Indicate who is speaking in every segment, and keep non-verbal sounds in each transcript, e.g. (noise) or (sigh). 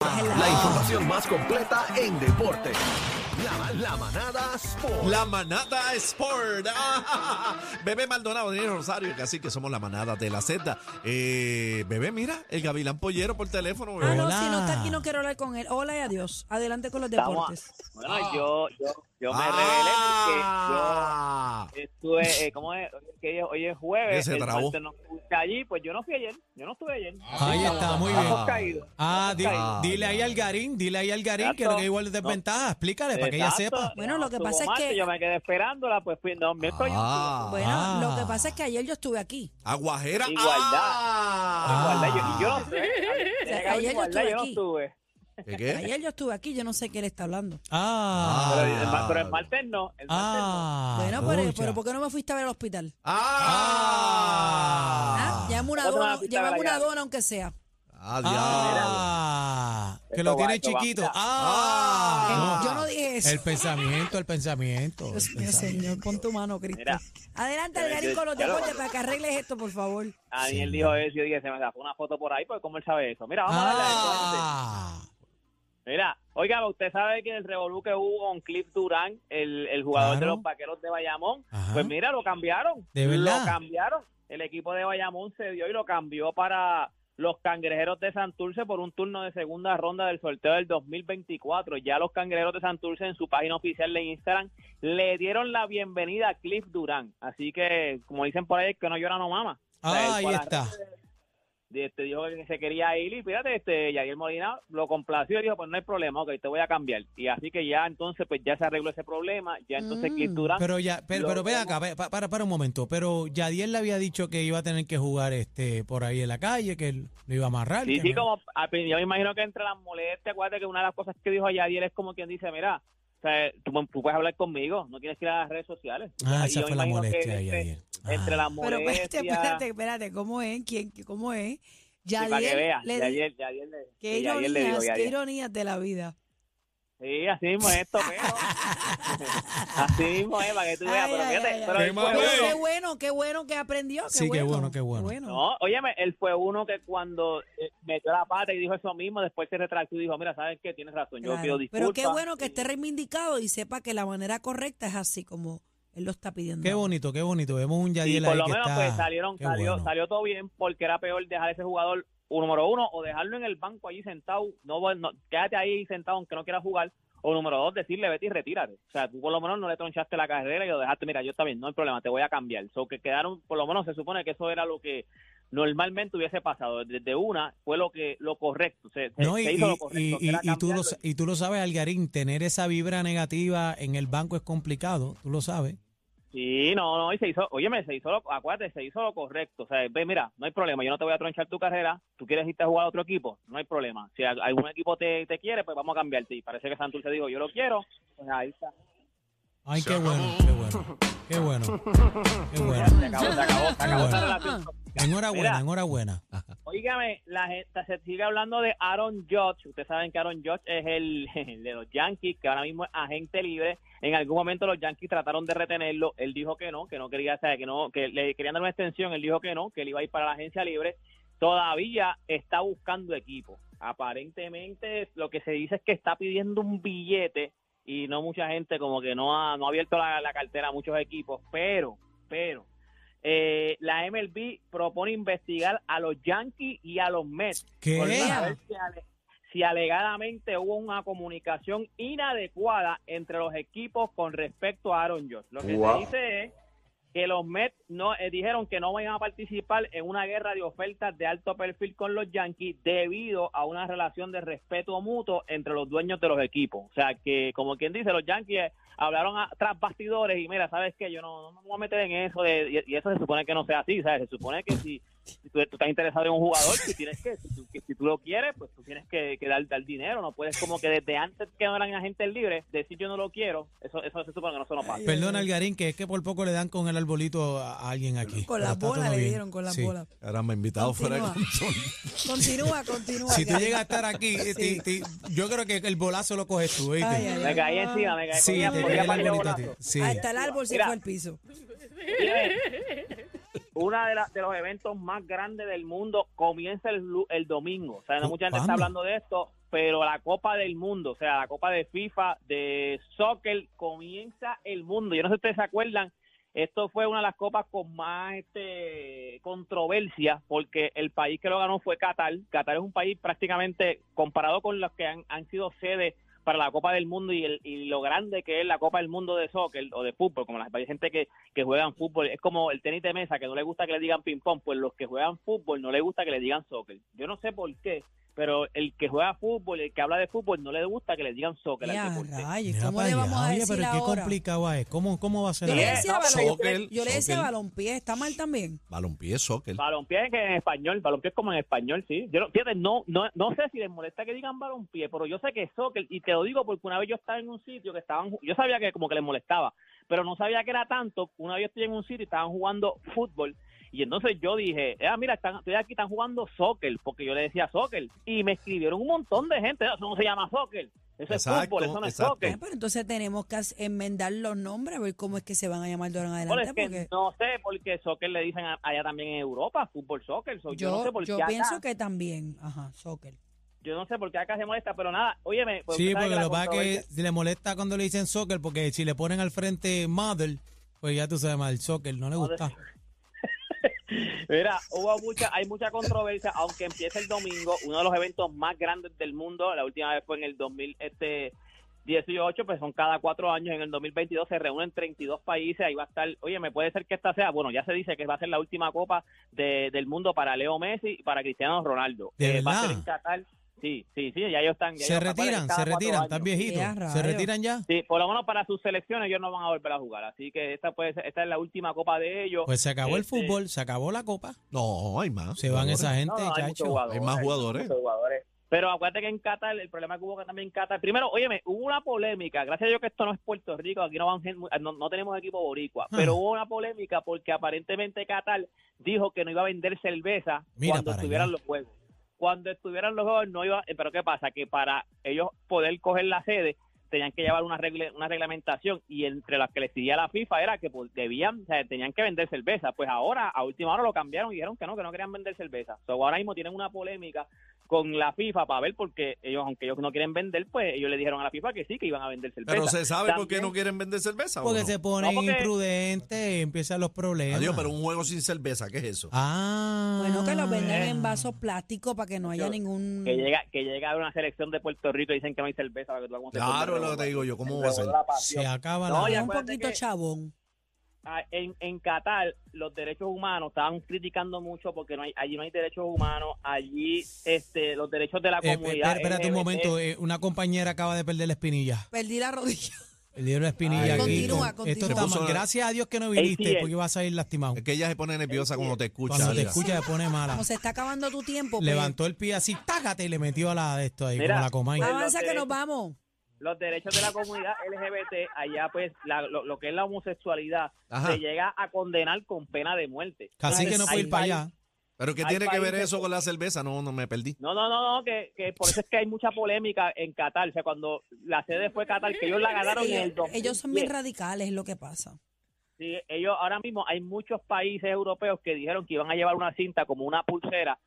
Speaker 1: La información más completa en deporte. La, la manada Sport.
Speaker 2: La manada Sport. (laughs) Ah, Bebé Maldonado, Daniel Rosario, que así que somos la manada de la Z. Eh, bebé, mira, el Gavilán Pollero por teléfono.
Speaker 3: Ah,
Speaker 2: Bebé.
Speaker 3: no,
Speaker 4: Hola.
Speaker 3: si no está aquí no quiero hablar con él. Hola y adiós. Adelante con los deportes.
Speaker 5: Estamos- Bueno, yo, yo, yo me
Speaker 2: Ah.
Speaker 5: revelé porque yo estuve, eh, ¿cómo es? Hoy es que hoy es jueves,
Speaker 2: Ese
Speaker 5: el
Speaker 2: trabó.
Speaker 5: martes no fui allí, pues yo no fui ayer, yo no estuve ayer.
Speaker 4: Ahí está, Ah, muy bien.
Speaker 5: Estamos caídos.
Speaker 4: Ah, di-
Speaker 5: Ah,
Speaker 4: dile ahí al Garín, dile ahí al Garín que lo que hay igual es desventaja. Explícale para que ella
Speaker 5: Exacto.
Speaker 4: sepa.
Speaker 3: Bueno, lo que
Speaker 5: Estuvo
Speaker 3: pasa es
Speaker 5: martes,
Speaker 3: que-
Speaker 5: Yo me quedé esperándola, pues fui, no, miércoles
Speaker 2: Ah.
Speaker 3: Bueno,
Speaker 4: Ah.
Speaker 3: lo que pasa es que ayer yo estuve aquí.
Speaker 2: Aguajera.
Speaker 5: Igualdad.
Speaker 2: Ah.
Speaker 5: yo estuve. Igualdad, yo, y yo no
Speaker 3: (laughs)
Speaker 5: estuve.
Speaker 3: sea,
Speaker 5: Tenía que haber
Speaker 3: ayer yo
Speaker 5: igualdad,
Speaker 3: estuve
Speaker 5: yo no
Speaker 3: aquí.
Speaker 5: estuve.
Speaker 2: ¿Qué, qué?
Speaker 3: Ayer yo estuve aquí, yo no sé qué le está hablando.
Speaker 4: Ah,
Speaker 5: Pero, el,
Speaker 2: Ah.
Speaker 5: ma- pero el martes no, el martes no.
Speaker 4: ah.
Speaker 3: bueno, pero,
Speaker 4: pucha.
Speaker 3: pero ¿por qué no me fuiste a ver al hospital?
Speaker 2: Ah.
Speaker 3: Ah, llévame una
Speaker 5: Otra
Speaker 3: dona,
Speaker 5: fuiste a
Speaker 3: llévame
Speaker 5: ver
Speaker 3: una
Speaker 5: allá.
Speaker 3: dona aunque sea.
Speaker 2: Ah, diablo.
Speaker 4: Ah, que
Speaker 5: Esto
Speaker 4: lo
Speaker 5: va,
Speaker 4: tiene
Speaker 5: esto va.
Speaker 4: chiquito.
Speaker 5: Mira.
Speaker 4: Ah,
Speaker 2: Ah.
Speaker 3: Eh, Yo no dije eso.
Speaker 4: el pensamiento, el pensamiento. el
Speaker 3: Dios mío,
Speaker 4: pensamiento.
Speaker 3: señor, pon tu mano, Cristo.
Speaker 5: Mira.
Speaker 3: Adelante,
Speaker 5: Yo-
Speaker 3: Algarín,
Speaker 5: yo-
Speaker 3: con los
Speaker 5: ya lo-
Speaker 3: deportes para que arregles esto, por favor.
Speaker 4: Ah,
Speaker 5: A mí él dijo eso y yo dije, se me sacó una foto por ahí, porque cómo él sabe eso. Mira, vamos a darle a esto, gente.
Speaker 4: Ah,
Speaker 5: Mira, oiga, usted sabe que el revolú que hubo con Cliff Durán, el, el jugador de
Speaker 4: Claro.
Speaker 5: los vaqueros de Bayamón,
Speaker 4: Ajá.
Speaker 5: pues mira, lo cambiaron.
Speaker 4: ¿De verdad?
Speaker 5: Lo cambiaron. El equipo de Bayamón se dio y lo cambió para los cangrejeros de Santurce por un turno de segunda ronda del sorteo del 2024. Ya los cangrejeros de Santurce en su página oficial de Instagram le dieron la bienvenida a Cliff Durán. Así que, como dicen por ahí, el que no llora no mama. O sea, él
Speaker 4: Ah, ahí
Speaker 5: fue a las
Speaker 4: está.
Speaker 5: y este dijo que se quería ir y fíjate, este Yadier Molina lo complació y dijo, pues no hay problema, ok, te voy a cambiar. Y así que ya entonces, pues ya se arregló ese problema, ya entonces
Speaker 3: Mm,
Speaker 5: Cliff Durán,
Speaker 4: Pero ya, pero,
Speaker 5: Lo
Speaker 4: pero ven
Speaker 5: vemos.
Speaker 4: acá, ve- pa- para, para un momento. Pero Yadier le había dicho que iba a tener que jugar este por ahí en la calle, que él lo iba a amarrar.
Speaker 5: sí,
Speaker 4: que
Speaker 5: sí,
Speaker 4: no-
Speaker 5: como al principio me imagino que entre las molestias, acuérdate que una de las cosas que dijo Yadier es como quien dice, mira, o sea, tú, pues, tú puedes hablar conmigo, no tienes que ir a las redes sociales.
Speaker 4: Ah,
Speaker 5: Y
Speaker 4: esa
Speaker 5: yo
Speaker 4: fue la
Speaker 5: imagino que
Speaker 4: molestia de
Speaker 5: este,
Speaker 4: Yadier.
Speaker 5: Entre
Speaker 4: Ah.
Speaker 5: las
Speaker 3: (laughs) Pero pues,
Speaker 5: molestias,
Speaker 3: espérate, espérate, espérate, ¿cómo es? ¿Quién, cómo es?
Speaker 5: sí,
Speaker 3: Yadier,
Speaker 5: para que veas,
Speaker 3: le-
Speaker 5: Yadier, Yadier le-
Speaker 3: qué
Speaker 5: sí, Yadier le dijo,
Speaker 3: ironías, qué
Speaker 5: Yadier.
Speaker 3: ironías de la vida.
Speaker 5: Sí, así mismo es esto, pero.
Speaker 3: (laughs)
Speaker 5: así mismo es, para que tú veas.
Speaker 3: Ay,
Speaker 5: pero
Speaker 3: ay,
Speaker 5: fíjate,
Speaker 3: ay,
Speaker 5: pero
Speaker 4: ay.
Speaker 5: él
Speaker 4: Qué
Speaker 5: fue
Speaker 4: mamey.
Speaker 5: uno-
Speaker 3: Qué bueno, qué bueno que aprendió. Qué
Speaker 4: Sí, qué bueno, qué bueno.
Speaker 5: No, óyeme, él fue uno que cuando eh, metió la pata y dijo eso mismo, después se retractó y dijo, mira, ¿sabes qué? Tienes razón, yo
Speaker 3: Claro.
Speaker 5: pido disculpas.
Speaker 3: Pero qué bueno que esté reivindicado y sepa que la manera correcta es así como él lo está pidiendo.
Speaker 4: Qué bonito, qué bonito. Vemos un
Speaker 5: Y
Speaker 4: Yadier
Speaker 5: por
Speaker 4: ahí
Speaker 5: lo
Speaker 4: que
Speaker 5: menos
Speaker 4: está.
Speaker 5: pues salieron,
Speaker 4: qué
Speaker 5: salió,
Speaker 4: bueno.
Speaker 5: salió todo bien porque era peor dejar a ese jugador un número uno o dejarlo en el banco allí sentado, no, no- quédate ahí sentado aunque no quieras jugar. O número dos, decirle, vete y retírate. O sea, tú por lo menos no le tronchaste la carrera y lo dejaste, mira, yo también, no hay problema, te voy a cambiar. So que quedaron, por lo menos se supone que eso era lo que normalmente hubiese pasado. Desde una fue lo que lo correcto. Se, se-
Speaker 4: No, y,
Speaker 5: se hizo
Speaker 4: y-
Speaker 5: lo correcto. que
Speaker 4: y-
Speaker 5: era
Speaker 4: y tú lo,
Speaker 5: cambiarlo.
Speaker 4: sa- y tú lo sabes, Algarín, tener esa vibra negativa en el banco es complicado, tú lo sabes.
Speaker 5: Sí, no, no, y se hizo, óyeme, se hizo lo, acuérdate, se hizo lo correcto, o sea, ve, mira, no hay problema, yo no te voy a tronchar tu carrera, tú quieres irte a jugar a otro equipo, no hay problema, si al- algún equipo te, te quiere, pues vamos a cambiarte, y parece que Santurce dijo, yo lo quiero, pues ahí está,
Speaker 4: Ay, qué bueno, qué bueno, qué bueno, qué
Speaker 5: (laughs) Ya,
Speaker 4: bueno.
Speaker 5: se acabó, se acabó, se acabó esa relación.
Speaker 4: Enhorabuena,
Speaker 5: Mira.
Speaker 4: enhorabuena.
Speaker 5: Óigame, la gente se sigue hablando de Aaron Judge. Ustedes saben que Aaron Judge es el, (laughs) el de los Yankees, que ahora mismo es agente libre. En algún momento los Yankees trataron de retenerlo. Él dijo que no, que no quería, o sea, que no, que le querían dar una extensión. Él dijo que no, que él iba a ir para la agencia libre. Todavía está buscando equipo. Aparentemente lo que se dice es que está pidiendo un billete y no mucha gente como que no ha, no ha abierto la, la cartera a muchos equipos, pero, pero eh, la MLB propone investigar a los Yankees y a los Mets
Speaker 4: ¿Qué?
Speaker 5: por saber si, ale- si alegadamente hubo una comunicación inadecuada entre los equipos con respecto a Aaron Judge. Lo que se dice es que los Mets no eh, dijeron que no vayan a participar en una guerra de ofertas de alto perfil con los Yankees debido a una relación de respeto mutuo entre los dueños de los equipos. O sea, que como quien dice, los Yankees eh, hablaron a- tras bastidores y mira, ¿sabes qué? Yo no, no me voy a meter en eso de- y, y eso se supone que no sea así, ¿sabes? Se supone que si, si tú, tú estás interesado en un jugador, si, tienes que, si, tú, que si tú lo quieres, pues tú tienes que, que dar, dar dinero, no puedes como que desde antes que no eran agentes libres decir yo no lo quiero, eso, eso se supone que no se nos
Speaker 3: Eh,
Speaker 5: pasa.
Speaker 4: Perdona, Algarín, que es que por poco le dan con el arbolito a a alguien aquí. pero
Speaker 3: Con las
Speaker 4: Ah, está
Speaker 3: bolas
Speaker 4: todo
Speaker 3: le
Speaker 4: bien.
Speaker 3: dieron, con las
Speaker 4: Sí.
Speaker 3: bolas.
Speaker 2: Ahora me invitado fuera de
Speaker 3: Continúa.
Speaker 2: control.
Speaker 4: (laughs)
Speaker 3: Continúa, continúa.
Speaker 4: Si tú
Speaker 3: Algarín.
Speaker 4: llegas a estar aquí, ti- ti- yo creo que el bolazo lo coges tú, ¿viste?
Speaker 3: Ay, ay,
Speaker 5: Me caí encima, me caí.
Speaker 4: Sí,
Speaker 5: podía-
Speaker 4: te
Speaker 5: podía
Speaker 4: cae el
Speaker 5: pararle
Speaker 4: arbolito a ti.
Speaker 5: bolazo.
Speaker 4: Sí.
Speaker 3: Hasta el árbol se
Speaker 5: Mira.
Speaker 3: fue al piso.
Speaker 5: Mire, una de, la- de los eventos más grandes del mundo comienza el, lu- el domingo. O sea, no mucha gente está
Speaker 4: ¿Cuándo?
Speaker 5: hablando de esto, pero la Copa del Mundo, o sea, la Copa de FIFA, de soccer, comienza el mundo. Yo no sé si ustedes se acuerdan, esto fue una de las copas con más este, controversia, porque el país que lo ganó fue Qatar. Qatar es un país prácticamente comparado con los que han, han sido sedes para la Copa del Mundo y, el, y lo grande que es la Copa del Mundo de soccer o de fútbol, como la hay gente que, que juegan fútbol, es como el tenis de mesa, que no le gusta que le digan ping-pong, pues los que juegan fútbol no le gusta que le digan soccer. Yo no sé por qué, pero el que juega fútbol, el que habla de fútbol, no le gusta que le digan soccer al
Speaker 3: Ya,
Speaker 5: deporte.
Speaker 3: rayos,
Speaker 4: Mira
Speaker 3: ¿cómo
Speaker 4: pa'
Speaker 3: le vamos
Speaker 4: allá.
Speaker 3: a
Speaker 4: Oye,
Speaker 3: decir
Speaker 4: pero qué
Speaker 3: ahora?
Speaker 4: complicado es. ¿Cómo, cómo va a ser
Speaker 3: Yo
Speaker 4: la
Speaker 3: le
Speaker 2: Bien.
Speaker 5: eh,
Speaker 4: cosa?
Speaker 3: decía
Speaker 2: No,
Speaker 3: balompié,
Speaker 2: soccer,
Speaker 3: yo le decía
Speaker 2: soccer.
Speaker 3: balompié, está mal también.
Speaker 2: Balompié, soccer.
Speaker 5: Balompié es que en español, balompié es como en español, sí. Yo no, fíjate, no, no, no sé si les molesta que digan balompié, pero yo sé que soccer, y te lo digo porque una vez yo estaba en un sitio que estaban, ju- yo sabía que como que les molestaba, pero no sabía que era tanto. Una vez yo estoy en un sitio y estaban jugando fútbol, y entonces yo dije, ah, mira, están, estoy aquí, están jugando soccer, porque yo le decía soccer, y me escribieron un montón de gente, "Ah, eso no se llama soccer, eso
Speaker 2: Exacto,
Speaker 5: es fútbol, eso no es
Speaker 2: exacto.
Speaker 5: soccer.
Speaker 3: Ah, pero entonces tenemos que as- enmendar los nombres, a ver cómo es que se van a llamar de ahora en
Speaker 5: Bueno,
Speaker 3: adelante.
Speaker 5: es que
Speaker 3: porque
Speaker 5: no sé porque soccer le dicen a- allá también en Europa, fútbol soccer, so, yo, no sé por
Speaker 3: yo
Speaker 5: qué acá-
Speaker 3: pienso que también, ajá, soccer.
Speaker 5: Yo no sé por qué acá se molesta, pero nada, óyeme. pues
Speaker 4: Sí,
Speaker 5: usted sabe
Speaker 4: porque
Speaker 5: la
Speaker 4: lo que pasa es
Speaker 5: controversia-
Speaker 4: que le molesta cuando le dicen soccer, porque si le ponen al frente mother, pues ya tú sabes más, el soccer no le
Speaker 5: Mother. (laughs)
Speaker 4: gusta.
Speaker 5: Mira, hubo mucha, hay mucha controversia, aunque empieza el domingo, uno de los eventos más grandes del mundo, la última vez fue en el 2000, este... 18, pues son cada cuatro años. En el 2022 se reúnen 32 países. Ahí va a estar, oye, me puede ser que esta sea, bueno, ya se dice que va a ser la última copa de- del mundo para Leo Messi y para Cristiano Ronaldo. Eh,
Speaker 4: ¿De
Speaker 5: va a ser
Speaker 4: verdad?
Speaker 5: en Qatar. Sí, sí, sí, ya ellos están. ya
Speaker 4: Se
Speaker 5: ellos- acuérdate,
Speaker 4: retiran,
Speaker 5: cada
Speaker 4: se
Speaker 5: cuatro
Speaker 4: retiran,
Speaker 5: años.
Speaker 4: están
Speaker 3: Ya,
Speaker 4: viejitos. Se
Speaker 3: rayos.
Speaker 4: retiran ya.
Speaker 5: Sí, por lo menos para sus selecciones ellos no van a volver a jugar, así que esta puede ser, esta es la última copa de ellos.
Speaker 4: Pues se acabó el
Speaker 5: Este,
Speaker 4: fútbol, se acabó la copa.
Speaker 2: No, hay más.
Speaker 4: Se van esa
Speaker 5: no,
Speaker 4: gente,
Speaker 5: no, hay, muchos
Speaker 4: chacho.
Speaker 5: jugadores,
Speaker 2: Hay más jugadores.
Speaker 5: muchos jugadores. Pero acuérdate que en Qatar, el problema que hubo que también en Qatar, primero, óyeme, hubo una polémica, gracias a Dios que esto no es Puerto Rico, aquí no van gente- no, no tenemos equipo boricua,
Speaker 4: Ah.
Speaker 5: pero hubo una polémica porque aparentemente Qatar dijo que no iba a vender cerveza
Speaker 4: Mira
Speaker 5: cuando
Speaker 4: para
Speaker 5: estuvieran
Speaker 4: allá.
Speaker 5: los juegos. Cuando estuvieran los juegos no iba, pero ¿qué pasa? Que para ellos poder coger la sede tenían que llevar una, regle- una reglamentación y entre las que les exigía la FIFA era que pues, debían, o sea, tenían que vender cerveza. Pues ahora, a última hora lo cambiaron y dijeron que no, que no querían vender cerveza. So, ahora mismo tienen una polémica con la FIFA para ver porque ellos, aunque ellos no quieren vender, pues ellos le dijeron a la FIFA que sí, que iban a vender cerveza.
Speaker 2: Pero se sabe por qué
Speaker 5: También-
Speaker 2: no quieren vender cerveza. ¿o
Speaker 4: Porque
Speaker 2: no?
Speaker 4: se ponen
Speaker 5: No, porque-
Speaker 4: imprudentes, empiezan los problemas.
Speaker 2: Adiós, pero un juego sin cerveza, ¿qué es eso?
Speaker 4: Ah.
Speaker 3: Bueno, que lo vendan en vasos plásticos para que no haya
Speaker 5: Yo-
Speaker 3: ningún...
Speaker 5: Que llega, que llega una selección de Puerto Rico y dicen que no hay cerveza para que tú hagas un
Speaker 2: claro, es
Speaker 5: revolú-
Speaker 2: lo que te digo yo, ¿cómo va a
Speaker 5: revolú
Speaker 2: ser?
Speaker 5: la pasión.
Speaker 4: Se acaba
Speaker 5: No,
Speaker 4: la
Speaker 5: ya-
Speaker 3: un
Speaker 5: acuérdate
Speaker 3: poquito
Speaker 5: que-
Speaker 3: chabón.
Speaker 5: Ah, en, en Qatar los derechos humanos estaban criticando mucho porque no hay, allí no hay derechos humanos, allí este, los derechos de la
Speaker 4: Eh,
Speaker 5: comunidad.
Speaker 4: espera- espérate un
Speaker 5: LGBT.
Speaker 4: momento, eh, una compañera acaba de perder la espinilla.
Speaker 3: Perdí la
Speaker 4: (laughs)
Speaker 3: rodilla.
Speaker 4: Perdieron la espinilla
Speaker 2: Ay,
Speaker 4: aquí.
Speaker 2: continúa,
Speaker 4: Esto
Speaker 3: continúa.
Speaker 4: está
Speaker 2: Se puso
Speaker 4: mal.
Speaker 2: la-
Speaker 4: Gracias a Dios que no viniste,
Speaker 5: ATL.
Speaker 4: porque ibas a ir lastimado.
Speaker 2: Es que ella se pone nerviosa cuando te escucha.
Speaker 4: Cuando te
Speaker 2: Alga.
Speaker 4: escucha se pone mala.
Speaker 3: Como se está acabando tu tiempo, pues,
Speaker 4: Levantó el pie así, tágate, y le metió a la de esto ahí,
Speaker 5: Mira,
Speaker 4: como la comay.
Speaker 5: ah,
Speaker 3: avanza que
Speaker 5: Los derechos.
Speaker 3: nos vamos.
Speaker 5: Los derechos de la comunidad LGBT, allá pues la- lo, lo que es la homosexualidad,
Speaker 2: Ajá.
Speaker 5: se llega a condenar con pena de muerte.
Speaker 4: Así que no
Speaker 5: Hay
Speaker 4: puede ir para
Speaker 5: países-
Speaker 4: allá.
Speaker 2: Pero ¿qué
Speaker 5: Hay
Speaker 2: tiene que ver
Speaker 5: países
Speaker 2: eso
Speaker 5: que-
Speaker 2: con la cerveza? No, no me perdí.
Speaker 5: No, no, no, no, que, que por eso es que hay mucha polémica en Qatar. O sea, cuando la sede fue Qatar, que ellos la ganaron en el
Speaker 3: Ellos,
Speaker 5: 2010.
Speaker 3: ellos son bien radicales, es lo que pasa.
Speaker 5: Sí, ellos ahora mismo hay muchos países europeos que dijeron que iban a llevar una cinta como una pulsera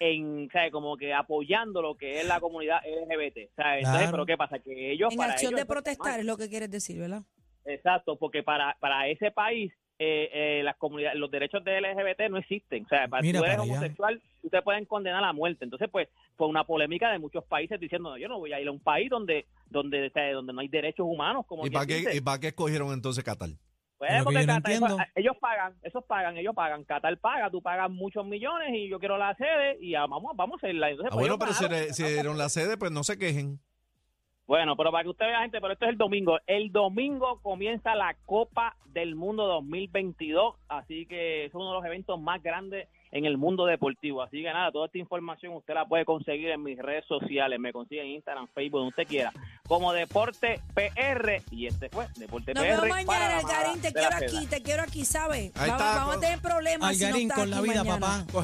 Speaker 5: en, ¿sabes? como que apoyando lo que es la comunidad LGBT, ¿sabes? Entonces,
Speaker 4: Claro.
Speaker 5: pero qué pasa que ellos
Speaker 3: En
Speaker 5: para
Speaker 3: acción
Speaker 5: ellos eso
Speaker 3: de
Speaker 5: está
Speaker 3: protestar
Speaker 5: mal.
Speaker 3: es lo que quieres decir, ¿verdad?
Speaker 5: Exacto, porque para para ese país eh, eh, las comunidades, los derechos de LGBT no existen, o sea, para
Speaker 4: Mira
Speaker 5: tú eres
Speaker 4: para allá.
Speaker 5: homosexual, tú te pueden condenar a muerte. Entonces, pues fue una polémica de muchos países diciendo, no, yo no voy a ir a un país donde donde ¿sabes? donde no hay derechos humanos como
Speaker 2: ¿Y
Speaker 5: quien
Speaker 2: para qué,
Speaker 5: dice.
Speaker 2: y para qué escogieron entonces Qatar?
Speaker 5: Pues
Speaker 4: Lo que
Speaker 5: porque
Speaker 4: yo no
Speaker 5: Qatar- eso-
Speaker 4: entiendo.
Speaker 5: ellos pagan, esos pagan, ellos pagan. Qatar paga, tú pagas muchos millones y yo quiero la sede y ah, vamos, vamos a irla. Entonces,
Speaker 2: Ah,
Speaker 5: pues,
Speaker 2: bueno,
Speaker 5: ellos
Speaker 2: pero si,
Speaker 5: pagaron,
Speaker 2: le- si
Speaker 5: pagaron.
Speaker 2: dieron la sede, pues no se quejen.
Speaker 5: Bueno, pero para que usted vea, gente, pero esto es el domingo. El domingo comienza la Copa del Mundo 2022, así que es uno de los eventos más grandes en el mundo deportivo. Así que nada, toda esta información usted la puede conseguir en mis redes sociales. Me consigue en Instagram, Facebook, donde usted quiera. Como Deporte PR. Y este fue Deporte
Speaker 3: Nos
Speaker 5: PR.
Speaker 3: vemos
Speaker 5: para la
Speaker 3: mañana,
Speaker 5: manada
Speaker 3: Algarín, te
Speaker 5: de la
Speaker 3: quiero
Speaker 5: seda.
Speaker 3: aquí, te quiero aquí, ¿sabes?
Speaker 2: Ahí
Speaker 3: Vamos,
Speaker 2: está,
Speaker 3: vamos a tener problemas si no
Speaker 4: pues. Algarín
Speaker 3: estás
Speaker 4: con la
Speaker 3: aquí
Speaker 4: vida,
Speaker 3: mañana.
Speaker 4: papá.
Speaker 2: Coge